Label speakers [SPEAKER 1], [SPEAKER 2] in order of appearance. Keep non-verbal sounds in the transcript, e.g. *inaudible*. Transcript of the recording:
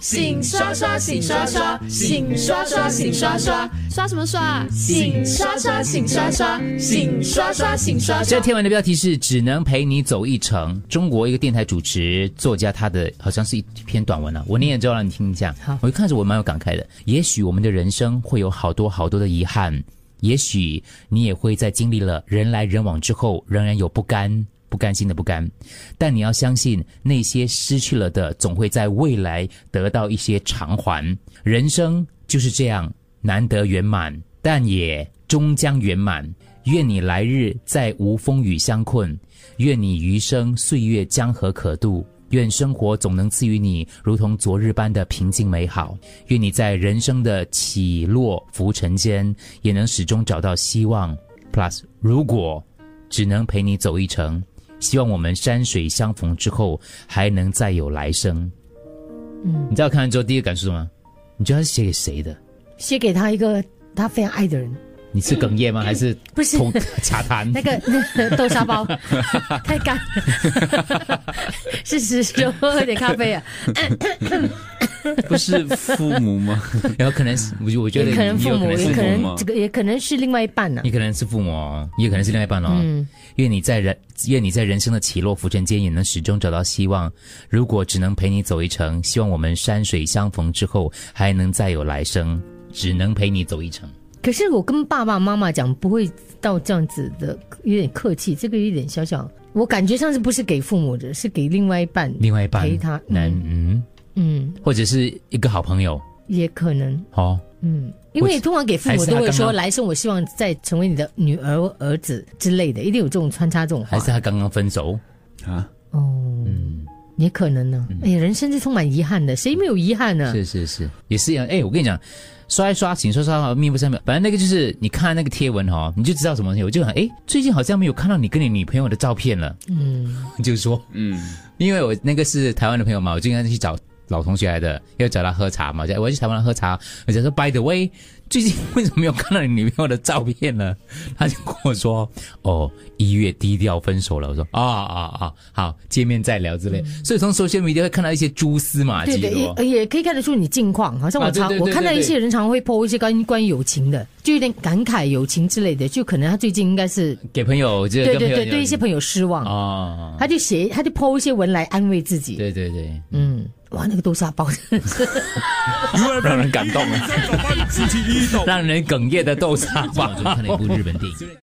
[SPEAKER 1] 醒刷刷，醒刷刷，醒刷刷，醒刷刷，
[SPEAKER 2] 刷什么刷？
[SPEAKER 1] 醒刷刷，醒刷刷，醒刷刷，醒刷
[SPEAKER 3] 这
[SPEAKER 1] 刷。
[SPEAKER 3] 天文的标题是“只能陪你走一程”，中国一个电台主持作家他的好像是一篇短文啊，我念了之后让你听一下。
[SPEAKER 2] 好
[SPEAKER 3] 我一看着我蛮有感慨的。也许我们的人生会有好多好多的遗憾，也许你也会在经历了人来人往之后，仍然有不甘、不甘心的不甘。但你要相信，那些失去了的，总会在未来得到一些偿还。人生就是这样，难得圆满，但也终将圆满。愿你来日再无风雨相困，愿你余生岁月江河可渡。愿生活总能赐予你如同昨日般的平静美好。愿你在人生的起落浮沉间，也能始终找到希望。Plus，如果只能陪你走一程，希望我们山水相逢之后，还能再有来生。嗯，你知道看完之后第一个感受是什么？你觉得他是写给谁的？
[SPEAKER 2] 写给他一个他非常爱的人，
[SPEAKER 3] 你是哽咽
[SPEAKER 2] 嗯
[SPEAKER 3] 吗？还是
[SPEAKER 2] 不是 *laughs*
[SPEAKER 3] 同茶谈？
[SPEAKER 2] 那个
[SPEAKER 3] *laughs*
[SPEAKER 2] 那个豆沙包太干 *laughs* 了，是是是，我喝点咖啡啊，
[SPEAKER 4] 不是父母吗？
[SPEAKER 3] 然后可能是，我就我觉得
[SPEAKER 2] 也可能
[SPEAKER 3] 你
[SPEAKER 2] 父
[SPEAKER 3] 有
[SPEAKER 2] 母，
[SPEAKER 3] 可能
[SPEAKER 2] 也
[SPEAKER 3] 是
[SPEAKER 2] 可
[SPEAKER 4] 父母
[SPEAKER 2] 能
[SPEAKER 4] 吗
[SPEAKER 2] 这个，也可能是另外一半啊呢、
[SPEAKER 3] 你可能是父母哦，也可能是另外一半哦。
[SPEAKER 2] 嗯
[SPEAKER 3] 愿你在人，愿你在人生的起落浮沉间也能始终找到希望。如果只能陪你走一程，希望我们山水相逢之后还能再有来生。只能陪你走一程，
[SPEAKER 2] 可是我跟爸爸妈妈讲，不会到这样子的，有点客气，这个有点小小，我感觉上是不是给父母的，是给另外一半，
[SPEAKER 3] 另外一半
[SPEAKER 2] 陪他
[SPEAKER 3] 男嗯，
[SPEAKER 2] 嗯，
[SPEAKER 3] 或者是一个好朋友
[SPEAKER 2] 也可能，
[SPEAKER 3] 哦。
[SPEAKER 2] 嗯，因为通常给父
[SPEAKER 3] 还
[SPEAKER 2] 母都
[SPEAKER 3] 是他
[SPEAKER 2] 会
[SPEAKER 3] 刚
[SPEAKER 2] 说，
[SPEAKER 3] 刚
[SPEAKER 2] 来生我希望再成为你的女儿、儿子之类的，一定有这种穿插这种话
[SPEAKER 3] 还是他刚刚分手，
[SPEAKER 4] 啊，
[SPEAKER 2] 哦，也可能呢、哎呀，人生是充满遗憾的，谁没有遗憾啊呢？
[SPEAKER 3] 嗯是是是，也是一样。哎，我跟你讲，刷一刷，请刷刷，面部上面，反正那个就是你看那个贴文哦，你就知道什么东西。我就想，哎，最近好像没有看到你跟你女朋友的照片了。嗯，就说，嗯，因为我那个是台湾的朋友嘛，我就跟他去找老同学来的，要找他喝茶嘛，我就我要去台湾喝茶，我就说，by the way，最近为什么没有看到你女朋友的照片呢？ *laughs* 他就跟我说，哦，一月低调分手了。我说，啊啊啊，好，见面再聊之类。所以从 social media 会看到一些蛛丝马迹
[SPEAKER 2] 嗯
[SPEAKER 3] 哦
[SPEAKER 2] 对
[SPEAKER 3] 咯，
[SPEAKER 2] 对，也也可以看得出你近况。好像我
[SPEAKER 3] 啊对
[SPEAKER 2] 常、
[SPEAKER 3] 对对
[SPEAKER 2] 我看到
[SPEAKER 3] 对对
[SPEAKER 2] 一些人常会 po 一些关于关于友情的，就有点感慨友情之类的，就可能他最近应该是
[SPEAKER 3] 给朋友，就是
[SPEAKER 2] 对
[SPEAKER 3] 跟
[SPEAKER 2] 对
[SPEAKER 3] 朋友
[SPEAKER 2] 对对一些朋友失望，
[SPEAKER 3] 哦，
[SPEAKER 2] 他就写他就 po 一些文来安慰自己。
[SPEAKER 3] 对对对，
[SPEAKER 2] 嗯，哇，那个豆沙包真的是
[SPEAKER 3] 让人感动，
[SPEAKER 5] 星期一到
[SPEAKER 3] *laughs* 让人哽咽的豆沙包。看了一部日本电影。